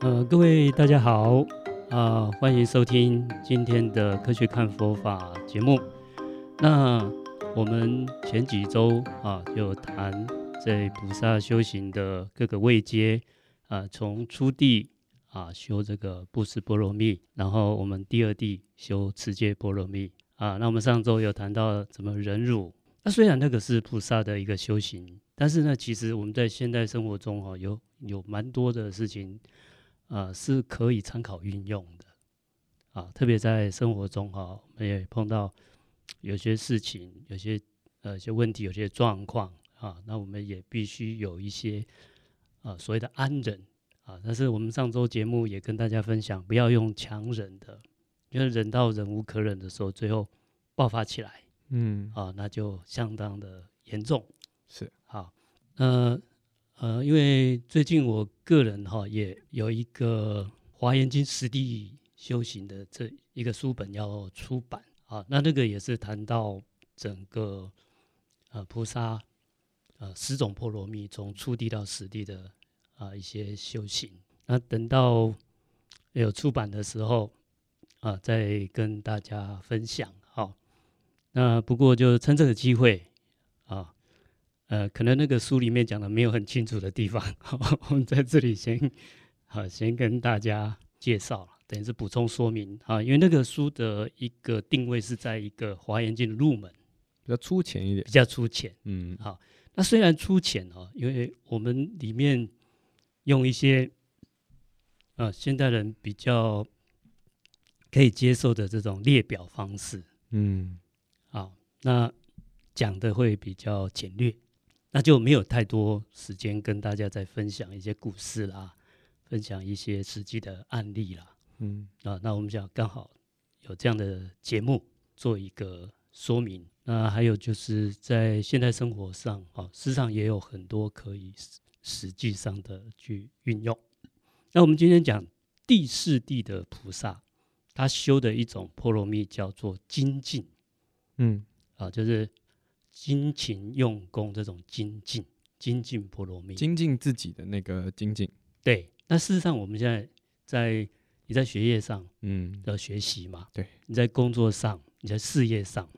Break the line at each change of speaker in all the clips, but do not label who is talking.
呃各位大家好，啊、欢迎收听今天的《科学看佛法》节目。那我们前几周啊，就谈在菩萨修行的各个位阶啊，从初地啊修这个布施波罗蜜，啊然后我们第二地修持戒波罗蜜啊。那我们上周有谈到怎么忍辱，那虽然那个是菩萨的一个修行，但是呢，其实我们在现代生活中哈、有有蛮多的事情呃，是可以参考运用的啊。特别在生活中哈、我们也碰到有些事情、有些呃、有些问题、有些状况啊，那我们也必须有一些啊所谓的安忍啊。但是我们上周节目也跟大家分享，不要用强忍的，因为忍到忍无可忍的时候，最后爆发起来
嗯，
啊，那就相当的严重。
是，
好，呃呃，因为最近我个人哈、也有一个《华严经》实地修行的这一个书本要出版啊，那那个也是谈到整个呃菩萨呃十种波罗蜜从初地到十地的啊、一些修行。那等到有出版的时候啊、再跟大家分享。好、那不过就趁这个机会啊。呃，可能那个书里面讲的没有很清楚的地方， 我们在这里先好先跟大家介绍了，等于是补充说明啊，因为那个书的一个定位是在一个华严经的入门，
比较粗浅一点
比。较粗浅。
嗯
那虽然粗浅哦，因为我们里面用一些呃现代人比较可以接受的这种列表方式，
嗯，
好，啊那讲的会比较简略，那就没有太多时间跟大家再分享一些故事啦，分享一些实际的案例啦。
嗯
啊，那我们想刚好有这样的节目做一个说明。那还有就是在现代生活上，啊，市场也有很多可以实实际上的去运用。那我们今天讲第四地的菩萨，他修的一种波罗蜜叫做精进。
嗯
啊，就是精勤用功这种精进、精进波罗蜜。
精进自己的那个精进。
对，那事实上我们现在在你在学业上
嗯，
要学习嘛，
对，
你在工作上、你在事业上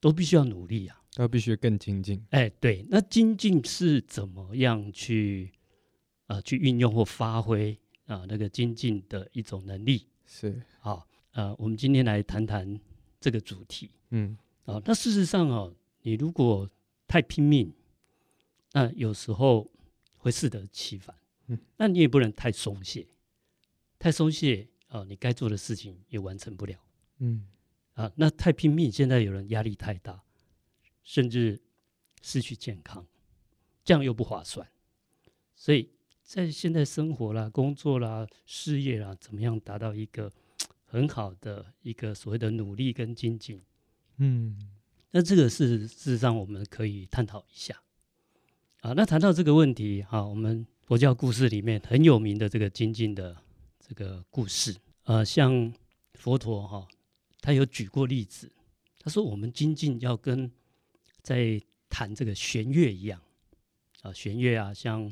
都必须要努力啊。
要必须更精进。
哎，对，那精进是怎么样去呃去运用或发挥啊、那个精进的一种能力
是，
啊？呃，我们今天来谈谈这个主题。
嗯
啊，那事实上哦，你如果太拼命，那有时候会适得其反。
嗯，
那你也不能太松懈，太松懈啊，你该做的事情也完成不了
嗯
啊。那太拼命，现在有人压力太大，甚至失去健康，这样又不划算。所以在现在生活啦、工作啦、事业啦，怎么样达到一个很好的一个所谓的努力跟精进？
嗯
那这个是事实上我们可以探讨一下啊。那谈到这个问题，哈、我们佛教故事里面很有名的这个精进的这个故事，呃，像佛陀哈、他有举过例子，他说我们精进要跟在弹这个弦乐一样啊，弦乐啊，像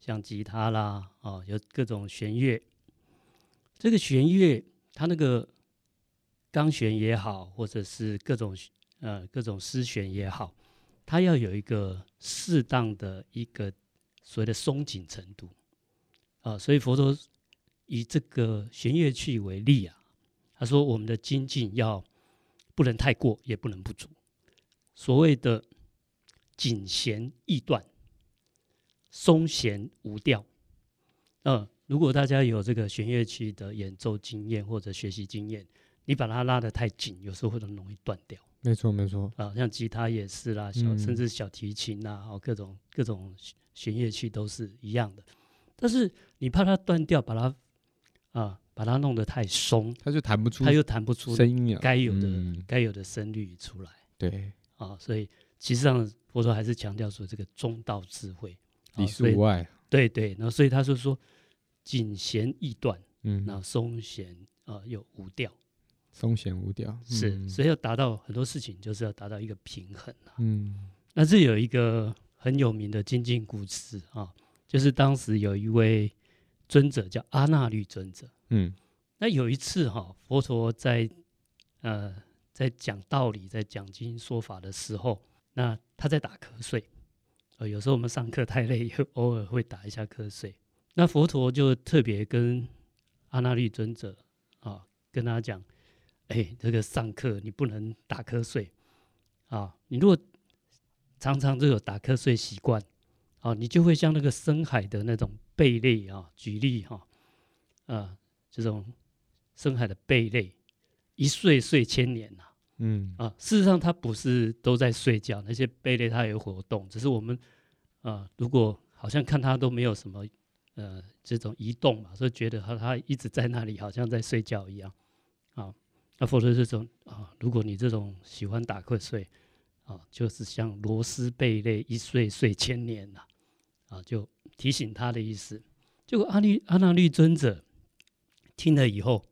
像吉他啦，啊，有各种弦乐，这个弦乐它那个钢弦也好，或者是各种呃各种丝弦也好，它要有一个适当的一个所谓的松紧程度啊、所以佛陀以这个弦乐器为例啊，他说我们的精进要不能太过，也不能不足。所谓的紧弦易断，松弦无调。呃，如果大家有这个弦乐器的演奏经验或者学习经验，你把它拉得太紧，有时候会很容易断掉。
没错没错。
啊，像吉他也是啦，小、甚
嗯
至小提琴啦，哦，各种各种弦弦乐器都是一样的。但是你怕它断掉，把它啊把它弄得太松，
他就弹不出
它又弹不出
声音了。
该有的、
嗯
该有的声律出来
对，
啊。所以其实上佛陀还是强调说这个中道智慧。啊
里
所
是
以
无外。
对对，然后所以他就说紧弦易断，然
嗯，
后松弦啊又无调，
松弦无调。
是，
嗯
所以要达到很多事情就是要达到一个平衡啊。
嗯
那这有一个很有名的精进故事啊，就是当时有一位尊者叫阿那律尊者。
嗯
那有一次哈、佛陀在呃在讲道理、在讲经说法的时候，那他在打瞌睡。呃，有时候我们上课太累， 也偶尔会打一下瞌睡。那佛陀就特别跟阿那律尊者啊，跟他讲，哎，这个上课你不能打瞌睡啊，你如果常常都有打瞌睡习惯，啊，你就会像那个深海的那种贝类啊，举例哈、呃，这种深海的贝类，一睡睡千年呐、
嗯
啊，事实上它不是都在睡觉，那些贝类它有活动，只是我们啊、如果好像看它都没有什么呃这种移动嘛，所以觉得它它一直在那里，好像在睡觉一样。啊，那佛陀这种啊，如果你这种喜欢打瞌睡啊，就是像螺丝贝类一睡睡千年呐、啊，就提醒他的意思。结果阿律阿那律尊者听了以后，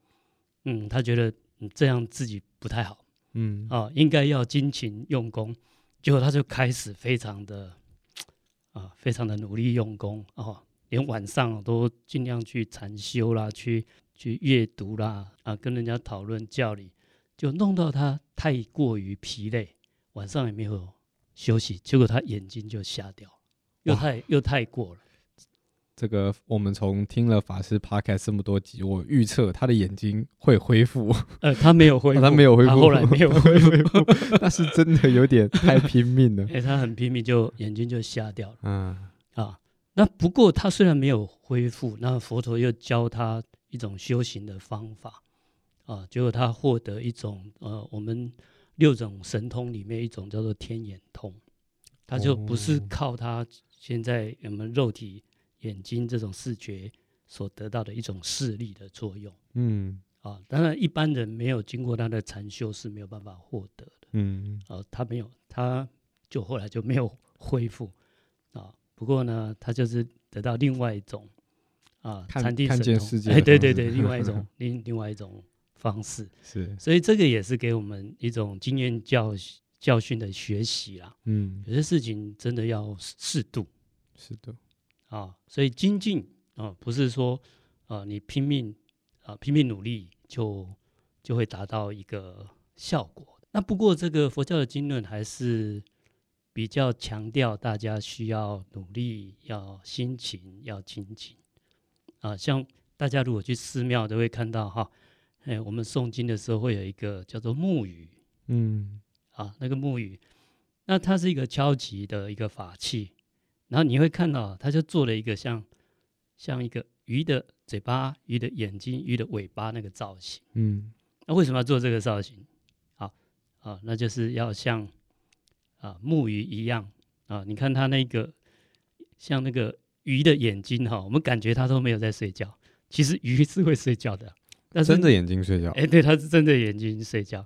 嗯，他觉得嗯这样自己不太好。
嗯
啊，应该要精勤用功。结果他就开始非常的啊，非常的努力用功啊，连晚上都尽量去禅修啦，去去阅读啦，啊，跟人家讨论教理，就弄到他太过于疲累，晚上也没有休息，结果他眼睛就瞎掉了，又
哇
太又太过了。
这个我们从听了法师 podcast 这么多集，我预测他的眼睛会恢复，
呃，他 没有恢复，
哦他没有恢复，
他后 来没有恢复，
恢复， 但是真的有点太拼命了。
哎、他很拼命，就眼睛就瞎掉了。
嗯
啊。那不过他虽然没有恢复，那佛陀又教他一种修行的方法啊，结果他获得一种呃，我们六种神通里面一种叫做天眼通，他就不是
哦
靠他现在我们肉体眼睛这种视觉所得到的一种视力的作用
嗯
啊，当然一般人没有经过他的禅修是没有办法获得的。
嗯
呃，他没有，他就后来就没有恢复啊。不过呢，他就是得到另外一种啊，
看
禅定
看
神
见
通
世界
哎，
的
对
方
对
式
对，另外一 种另另外一种方式。
是
所以这个也是给我们一种经验教教训的学习啦。
嗯
有些事情真的要适适度
是的
啊，所以精进啊，不是说啊你拼命啊拼命努力就就会达到一个效果。那不过这个佛教的经论还是比较强调大家需要努力，要辛勤，要精进啊。像大家如果去寺庙都会看到哈，哎，我们诵经的时候会有一个叫做木鱼，
嗯
啊，那个木鱼，那它是一个敲击的一个法器，然后你会看到，它就做了一个像像一个鱼的嘴巴、鱼的眼睛、鱼的尾巴那个造型。
嗯
那为什么要做这个造型？好啊，那就是要像啊木鱼一样啊，你看它那个像那个鱼的眼睛哈、我们感觉它都没有在睡觉，其实鱼是会睡觉的，但是
睁着眼睛睡觉
哎、对，他是睁着眼睛睡觉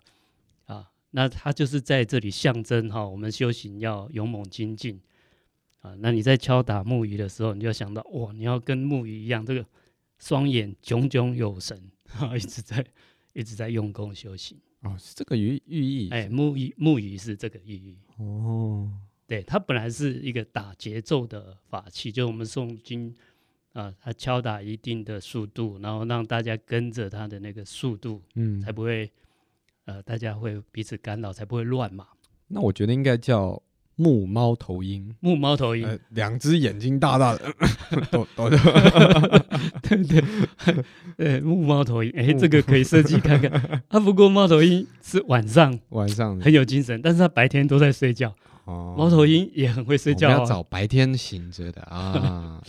啊。那他就是在这里象征哈、我们修行要勇猛精进啊。那你在敲打木鱼的时候，你就想到哇，你要跟木鱼一样，这个双眼炯炯有神，啊、一直在一直在用功修行。
哦，是这个寓寓意
哎、木鱼木鱼是这个寓意，
哦
对，它本来是一个打节奏的法器，就是我们诵经啊，它敲打一定的速度，然后让大家跟着它的那个速度
嗯
才不会呃大家会彼此干扰，才不会乱 嘛。
那我觉得应该叫木猫头鹰，
木猫头鹰，
呃，两只眼睛大大的， 都都 的，
对对， 呃，木猫头鹰，哎，这个可以设计看 看。啊，不过猫头鹰是晚上
晚上的
很有精神，但是它白天都在睡觉。
哦
哎猫头鹰也很会睡觉、
我们要
哦，
找白天醒着的 啊。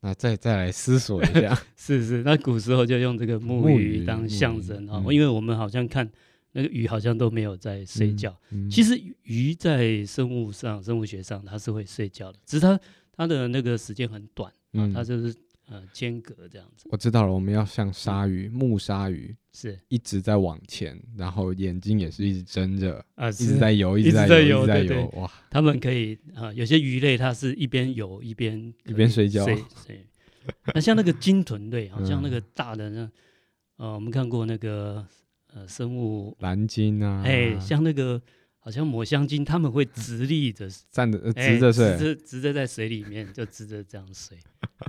那再再来思索一下，
是是。那古时候就用这个木
木
鱼
鱼
当
木
象
鱼
征啊、
嗯
因为我们好像看那个鱼好像都没有在睡
嗯
觉。
嗯
其实啊鱼在生物上、生物学上它是会睡觉的，只是它它的那个时间很短。啊，
嗯
它就是呃间隔这样子，
我知道了，我们要像鲨鱼、木鲨鱼
是
一直在往前，然后眼睛也是一直睁着，
啊，
一直在游，
一
直
直
在
在
游，
游
一直在
对
游，哇，
他们可以啊、有些鱼类它是一边游一边
一边睡觉
睡睡。那像那个鲸豚 类，好像那
嗯
个大的呢，呃，我们看过那个呃生物，
蓝鲸啊，
哎哎，像那个好好像抹香鲸，他们会直立着，
站着、呃
哎
直着睡，
直着直着在水里面，就直着这样睡，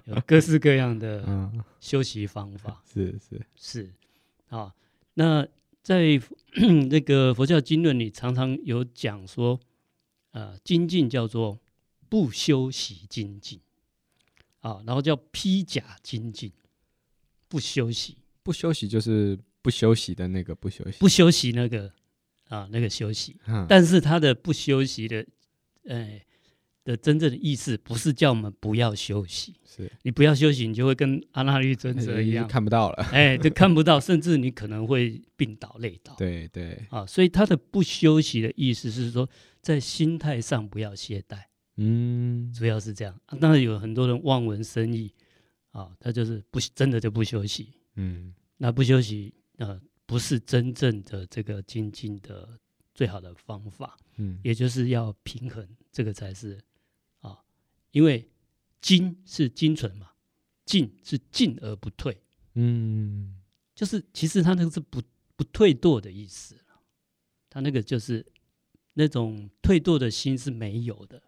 有各式各样的
嗯，
休息方法。
是是，
是啊，那在 那个佛教经论里，常常有讲说，呃，精进叫做不修习精进啊，然后叫披甲精进，不修习，
不休息就是不休息的那个不休息，
不修习那个啊那个修习，
嗯，
但是他的不修习的，呃的真正的意思，不是叫我们不要休息，
是
你不要休息，你就会跟阿那律尊者一
已经
样，
看不到了，
哎，就看不到，甚至你可能会病倒、累倒。
对对，
啊，所以他的不休息的意思是说，在心态上不要懈怠，
嗯，
主要是这样。啊、当然有很多人望文生义啊，他就是不真的就不休息，
嗯，
那不休息呃不是真正的这个精进的最好的方法，
嗯，
也就是要平衡，这个才是啊，因为精是精纯嘛，进是进而不退，
嗯，
就是其实他那个是不不退堕的意思啦他那个就是那种退堕的心是没有的，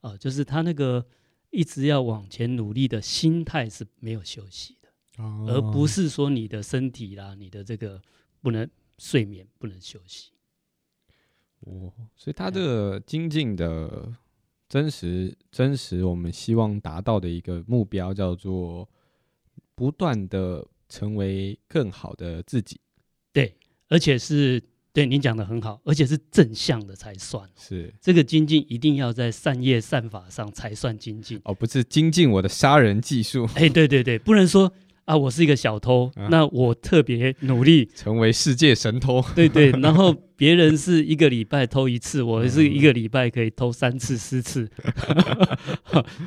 呃，就是他那个一直要往前努力的心态是没有休息的，而不
是
是说你的身体啦，你的这个不能睡眠不能休息，
哦，所以它的精进的真实真实，我们希望达到的一个目标叫做不断的成为更好的自己，
而且是对你讲的很好，而且是正向的才算。
是
这个精进一定要在善业善法上才算精进。
哦，不是精进我的杀人技术，
哎，对对对，不能说啊，我是一个小偷，
啊
那我特 别努力，
成为世界神偷，
对对，然后别人是一个礼拜偷一次，我
嗯
是一个礼拜可以偷三次、四次，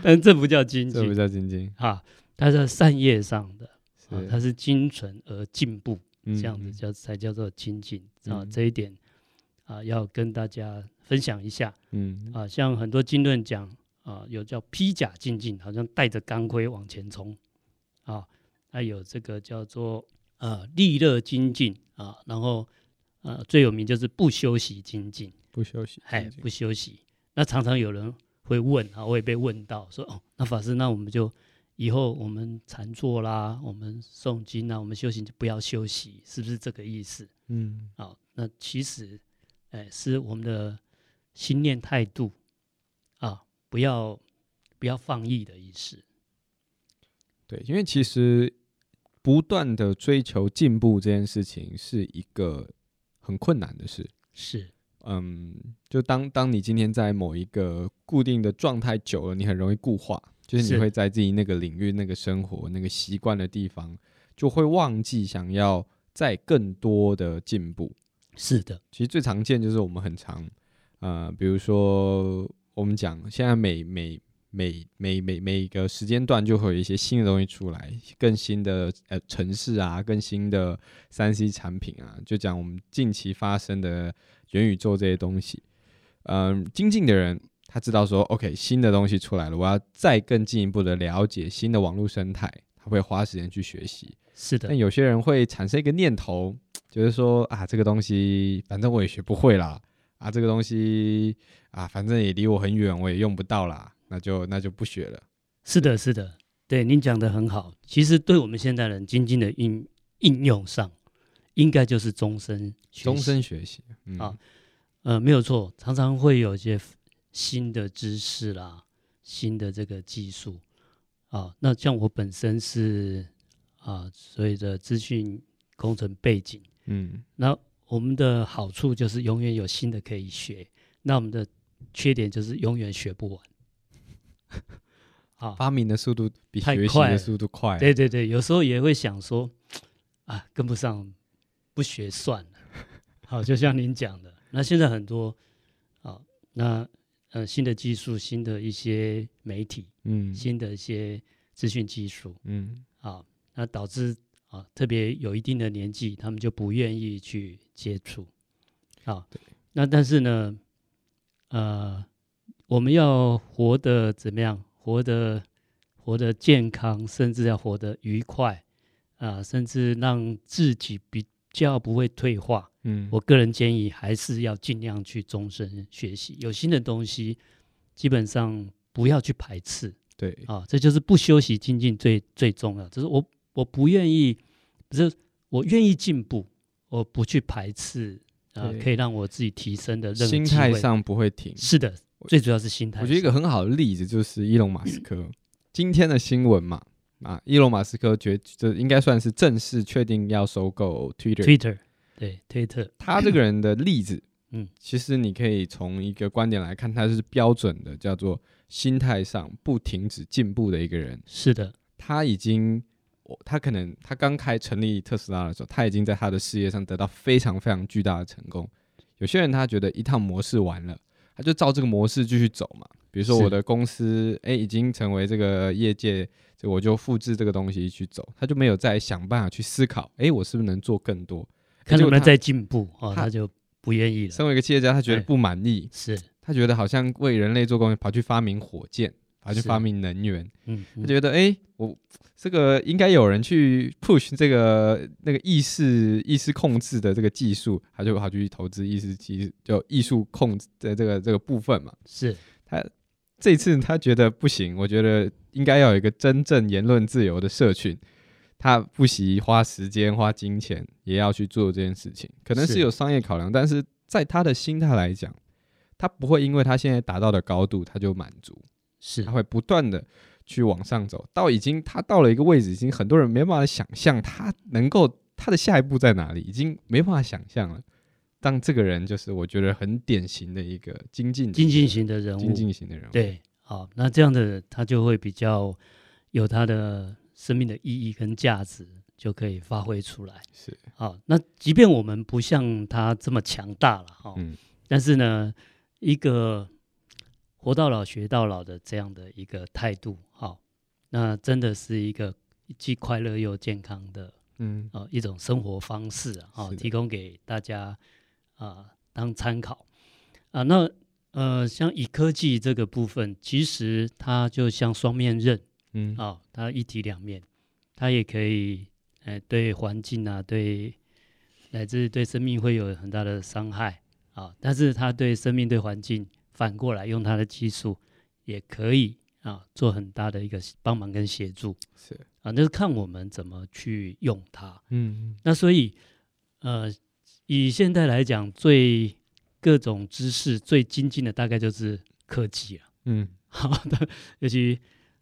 但这不叫精
这不
进
叫精进，
啊，它是善业上的，
是、
啊、它是精纯而进步，
嗯
这样子
嗯
叫才叫做精进啊，
嗯
这一点啊要跟大家分享一下
嗯
啊，像很多经论讲啊，有叫披甲精进，好像带着钢盔往前冲啊，还有这个叫做呃利乐精进啊，然后呃最有名就是不休息精进，
不休息，
哎
精进
不休息。那常常有人会问啊，我也被问到说哦，那法师，那我们就以后我们禅坐啦，我们诵经啊，我们修行就不要休息，是不是这个意思？
嗯
啊、那其实，哎，是我们的心念态度啊，不要不要放逸的意思。
对，因为其实不断的追求进步这件事情是一个很困难的事。
是
嗯，就当当你今天在某一个固定的状态久了，你很容易固化，就是
是
你会在自己那个领域、那个生活、那个习惯的地方，就会忘记想要再更多的进步。
是的，
其实最常见就是我们很常，呃，比如说我们讲现在每每每每每每一个时间段就会有一些新的东西出来，更新的呃城市啊，更新的三 C 产品啊，就讲我们近期发生的元宇宙这些东西，嗯、精进的人。他知道说，OK，新的东西出来了，我要再更进一步的了解新的网络生态，他会花时间去学习。
是的
但，有些人会产生一个念头，就是说啊，这个东西反正我也学不会啦，啊，这个东西啊，反正也离我很远，我也用不到啦，那就那就不学了。
是的，是的，对您讲的很好。其实对我们现代人精进的应应用上，应该就是终身学习
终身学习，嗯，
啊呃没有错，常常会有一些新的知识啦，新的这个技术啊。那像我本身是啊，所以的资讯工程背景，
嗯，
那我们的好处就是永远有新的可以学，那我们的缺点就是永远学不完。 啊，
发明的速度比
太
学习
快
的
了
速度快，
对对对，有时候也会想说，啊，跟不上，不学算了。 好，就像您讲的，那现在很多啊，那呃新的技术、新的一些媒体、
嗯
新的一些资讯技术
嗯，
啊，那导致啊，特别有一定的年纪，他们就不愿意去接触啊。那但是呢，呃，我们要活得怎么样？活得活得健康，甚至要活得愉快啊、甚至让自己比较不会退化，
嗯嗯，
我个人建议还是要尽量去终身学习，有新的东西基本上不要去排斥
对，
啊，这就是不休息精进最最重要。就是我我不愿意，不是我愿意进步，我不去排斥啊，
对
可以让我自己提升的任何
心
机
态
会
上不会停。
是的，最主要是心态上。
我觉得一个很好的例子就是伊隆马斯克今天的新闻嘛，啊，伊隆马斯克决这应该算是正式确定要收购 Twitter。
Twitter 对 Twitter
他这个人的例子，
嗯，
其实你可以从一个观点来看，他是标准的叫做心态上不停止进步的一个人。
是的，
他已经，我他可能他刚开成立特斯拉的时候，他已经在他的事业上得到非常非常巨大的成功。有些人他觉得一趟模式完了，他就照这个模式继续走嘛。比如说
是
我的公司，哎，已经成为这个业界，就我就复制这个东西去走，他就没有再想办法去思考，哎，我是不是能做更多？
看能不
哎结果
能
他
再进步哦，
他
他就不愿意了。
身为一个企业家，他觉得
哎
不满意，
是，
他觉得好像为人类做贡献，跑去发明火箭，跑去
是
发明能源，
嗯，嗯
他觉得哎、诶我这个应该有人去 push 这个那个意识意识控制的这个技术，他就跑去投资意识技就艺术控制的这个这个部分嘛。
是
这次他觉得不行，我觉得应该要有一个真正言论自由的社群。他不惜花时间、花金钱，也要去做这件事情，可能是
是
有商业考量，但是在他的心态来讲，他不会因为他现在达到的高度他就满足，
是
他，会不断的去往上走，到已经他到了一个位置，已经很多人没办法想象他能够他的下一步在哪里，已经没办法想象了。但这个人就是我觉得很典型的一个精进的
精进型的人
精
物，
进型的人物，，
对，好，那这样的他就会比较有他的生命的意义跟价值，就可以发挥出来。
是，
好，那即便我们不像他这么强大了哈，
嗯
但是呢，一个活到老学到老的这样的一个态度，好，那真的是一个既快乐又健康的
嗯，
呃一种生活方式啊，哦
是的
提供给大家啊、当参考啊。那呃，像以科技这个部分，其实它就像双面刃
嗯
啊、它一体两面，它也可以呃对环境啊，对乃至对生命会有很大的伤害啊、但是它对生命对环境反过来用它的技术也可以啊、做很大的一个帮忙跟协助
是，
啊、那是看我们怎么去用它。
嗯
那所以，呃，以现在来讲，最各种知识最精进的大概就是科技了。
嗯，
好的，尤其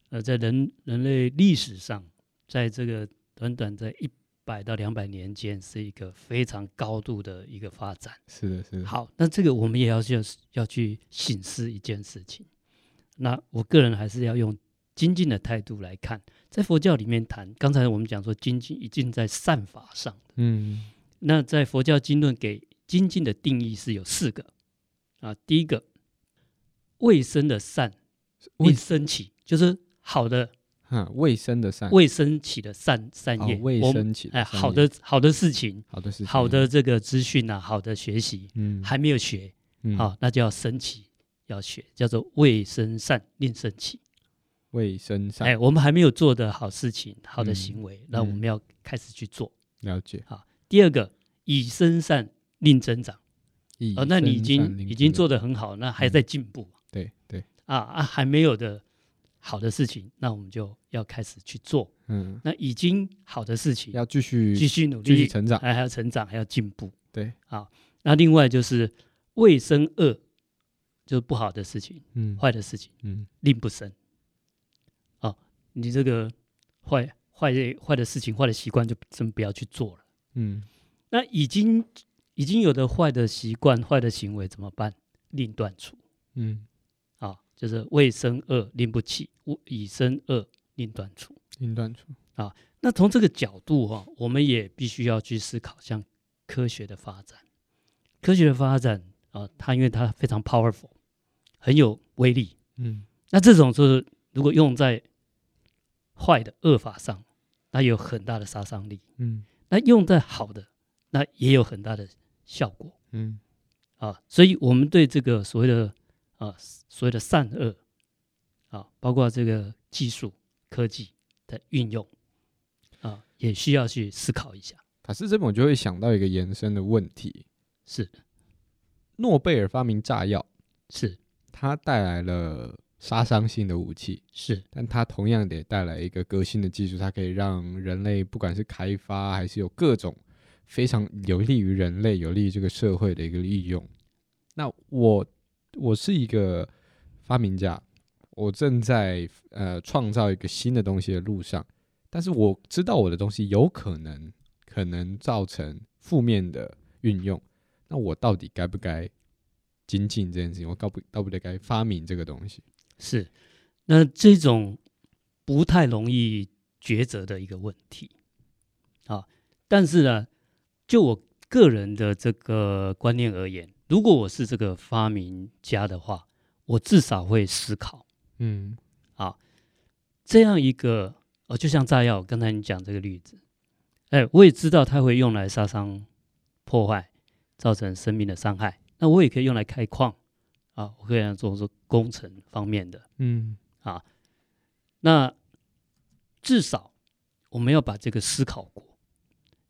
呃，在人人类历史上，在这个短短的一百到两百年间，是一个非常高度的一个发展。
是的，是的，
好，那这个我们也要去要去醒思一件事情。那我个人还是要用精进的态度来看，在佛教里面谈，刚才我们讲说精进一定在善法上。
嗯
那在佛教经论给精进的定义是有四个啊，第一个卫生的善，
卫
卫生起就是好的
哈，卫生的善，
卫生起的善善
哦
业，
卫
我们
生起，
哎好的好的事情，
好的事情，
好，的这个资讯啊，好的学习
嗯，
还没有学，
嗯
好、那就要升起，要学叫做卫生善令升起。
卫生
哎，
善，
我们还没有做的好事情、好的
嗯
行为，那我
啊嗯
们要开始去做。
了解，
第二个以身善令增长。
以
哦，那你已
身善
经
令
已
之
经
的
做得很好，那还在进步、
对对，
啊啊，还没有的好的事情，那我们就要开始去做。
嗯，
那已经好的事情，
要继续
继续努
继续
力，哎
成长，
还还要成长，还要进步。啊
对，
那另外就是未生恶，就是不好的事情、
嗯
坏的事情，
嗯
令不生。哦，你这个坏坏坏的事情、坏的习惯，就真不要去做了。
嗯，
那已经已经有的坏的习惯、坏的行为怎么办？令断除。
嗯，
啊，就是未生恶令不起，勿以生恶令断除。
云端处，
那从这个角度哈、我们也必须要去思考，像科学的发展，科学的发展啊，它因为它非常 powerful，很有威力。
嗯
那这种就是如果用在坏的恶法上，那有很大的杀伤力；
嗯
那用在好的，那也有很大的效果。
嗯
啊，所以我们对这个所谓的啊所谓的善恶啊，包括这个技术科技的运用啊，也需要去思考一下。
法师这边我就会想到一个延伸的问题，
是
诺贝尔发明炸药，
是
它带来了杀伤性的武器，
是
但它同样也带来一个革新的技术，它可以让人类不管是开发还是有各种非常有利于人类、有利于这个社会的一个利用。那我我是一个发明家，我正在呃创造一个新的东西的路上，但是我知道我的东西有可能可能造成负面的运用，那我到底该不该精进这件事情？我该不到不该该发明这个东西？
是。那这种不太容易抉择的一个问题啊，但是呢，就我个人的这个观念而言，如果我是这个发明家的话，我至少会思考
嗯
这样一个呃，就像炸药，刚才你讲这个例子，哎，我也知道它会用来杀伤、破坏，造成生命的伤害，那我也可以用来开矿啊，我可以来做做工程方面的。
嗯
啊那至少我们要把这个思考过，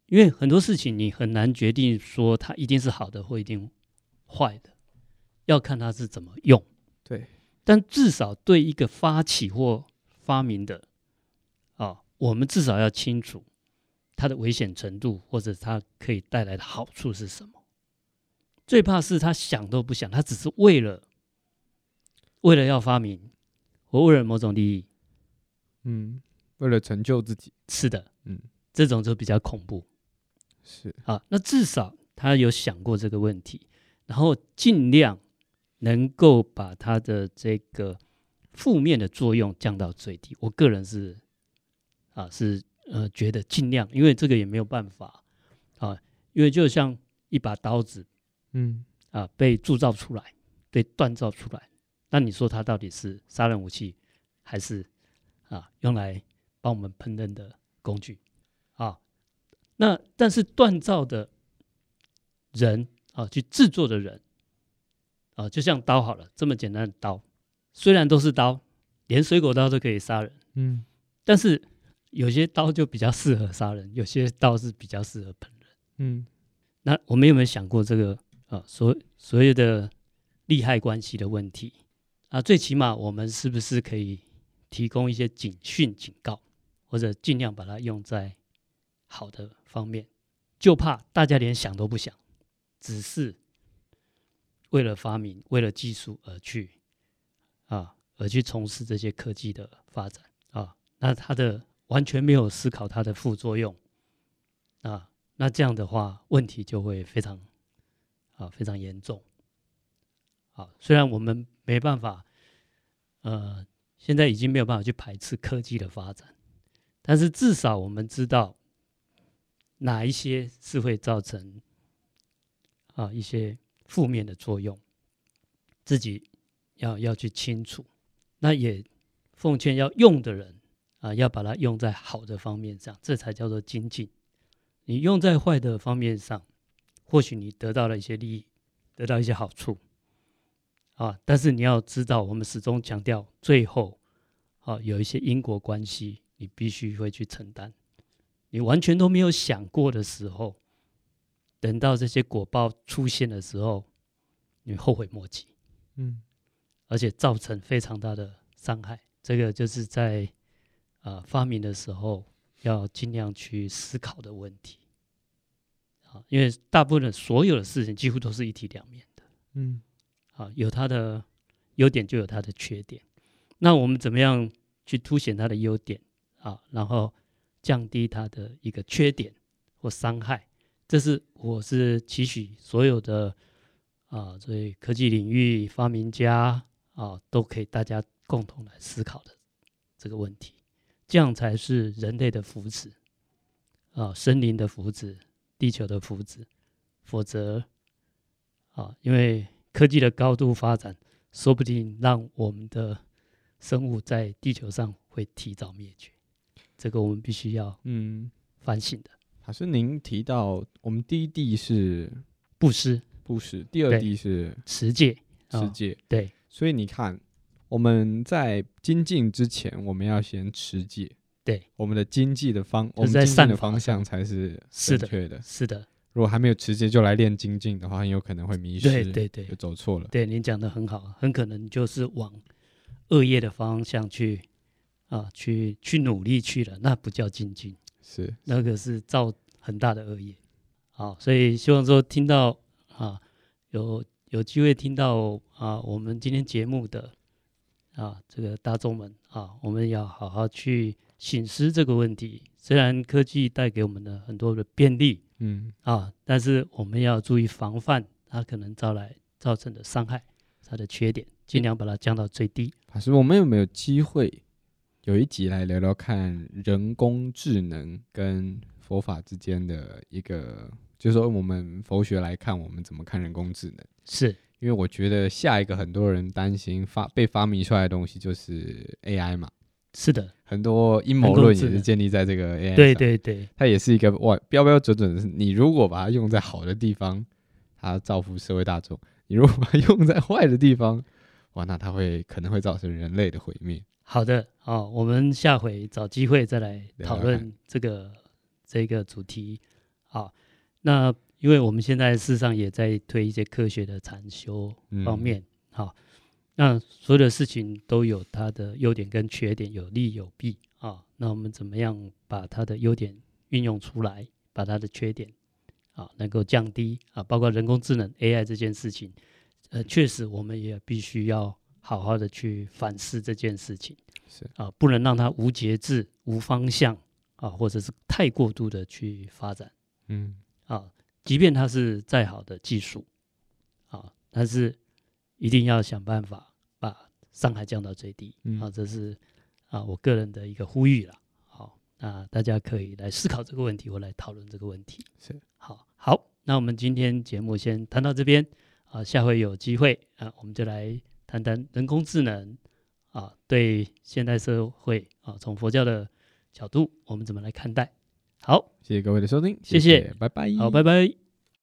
因为很多事情你很难决定说它一定是好的或一定坏的，要看它是怎么用。
对，
但至少对一个发起或发明的啊、我们至少要清楚它的危险程度，或者它可以带来的好处是什么。最怕是他想都不想，他只是为了为了要发明，或为了某种利益，
嗯，为了成就自己，
是的，
嗯，
这种就比较恐怖
是
啊。那至少他有想过这个问题，然后尽量能够把他的这个负面的作用降到最低。我个人是啊，是呃觉得尽量，因为这个也没有办法啊，因为就像一把刀子
嗯
啊被铸造出来，被锻造出来，那你说它到底是杀人武器，还是啊用来帮我们烹饪的工具啊？那但是锻造的人啊，去制作的人啊，就像刀好了，这么简单的刀，虽然都是刀，连水果刀都可以杀人，
嗯
但是有些刀就比较适合杀人，有些刀是比较适合烹饪。
嗯
那我们有没有想过这个啊所所谓的利害关系的问题啊？最起码我们是不是可以提供一些警讯、警告，或者尽量把它用在好的方面？就怕大家连想都不想，只是为了发明、为了技术而去啊，而去从事这些科技的发展啊。那它的完全没有思考它的副作用啊，那这样的话，问题就会非常啊非常严重。啊，虽然我们没办法，呃，现在已经没有办法去排斥科技的发展，但是至少我们知道哪一些是会造成啊一些负面的作用，自己要要去清楚。那也奉劝要用的人啊，要把它用在好的方面上，这才叫做精进。你用在坏的方面上，或许你得到了一些利益，得到一些好处，啊，但是你要知道，我们始终强调，最后啊有一些因果关系，你必须会去承担。你完全都没有想过的时候，等到这些果报出现的时候，你后悔莫及，
嗯
而且造成非常大的伤害。这个就是在啊发明的时候要尽量去思考的问题。啊，因为大部分的所有的事情几乎都是一体两面的，
嗯
啊，有它的优点就有它的缺点。那我们怎么样去凸显它的优点啊，然后降低它的一个缺点或伤害？这是我是期许所有的啊，所以科技领域发明家啊，都可以大家共同来思考的这个问题，这样才是人类的福祉啊，生灵的福祉，地球的福祉，否则啊，因为科技的高度发展，说不定让我们的生物在地球上会提早灭绝，这个我们必须要
嗯。
反省的。
法师，您提到我们第一地是
布施、
布施，第二
对
地是
持戒，啊
持戒，
对，
所以你看，我们在精进之前，我们要先持戒。
对，
我们的经济的方，我
就是在
们经济
善
的
法
方向才是
是
正
的
确的。
是的，
如果还没有直接就来练精进的话，很有可能会迷失，
对对对
就走错了。
对你讲的很好，啊很可能就是往恶业的方向去啊，去去努力去了，那不叫精进，
是，
那个是造很大的恶业。好，所以希望说听到啊，有有机会听到啊，我们今天节目的啊，这个大众们啊，我们要好好去醒思这个问题。虽然科技带给我们的很多的便利，
嗯，
啊，但是我们要注意防范它可能招来造成的伤害，它的缺点，尽量把它降到最低。
法师，我们有没有机会有一集来聊聊看人工智能跟佛法之间的一个，就是说我们佛学来看，我们怎么看人工智能？
是
因为我觉得下一个很多人担心发被发明出来的东西就是 AI 嘛，
是的，
很多阴谋
人工
论
智
也是
能
建立在这个 AI 上。
对对对，
它也是一个哇标标准准的是，你如果把它用在好的地方，它造福社会大众；你如果把它用在坏的地方，哇，那它会可能会造成人类的毁灭。
好的啊，我们下回找机会再来
聊
讨
聊
论
看
这个这个主题啊。那因为我们现在事实上也在推一些科学的禅修方
嗯
面，好、那所有的事情都有它的优点跟缺点，有利有弊啊。那我们怎么样把它的优点运用出来，把它的缺点啊能够降低啊，包括人工智能 AI 这件事情，呃，确实我们也必须要好好的去反思这件事情，
是
啊，不能让它无节制、无方向啊，或者是太过度的去发展。
嗯，
啊，即便它是再好的技术，啊，但是一定要想办法把伤害降到最低。
嗯
啊，这是啊我个人的一个呼吁啦。好，那大家可以来思考这个问题，或来讨论这个问题。
是，
好，好，那我们今天节目先谈到这边啊，下回有机会啊，我们就来谈谈人工智能啊，对现代社会啊，从佛教的角度，我们怎么来看待？好，
谢谢各位的收听，
谢谢
谢，拜拜，
好，拜拜。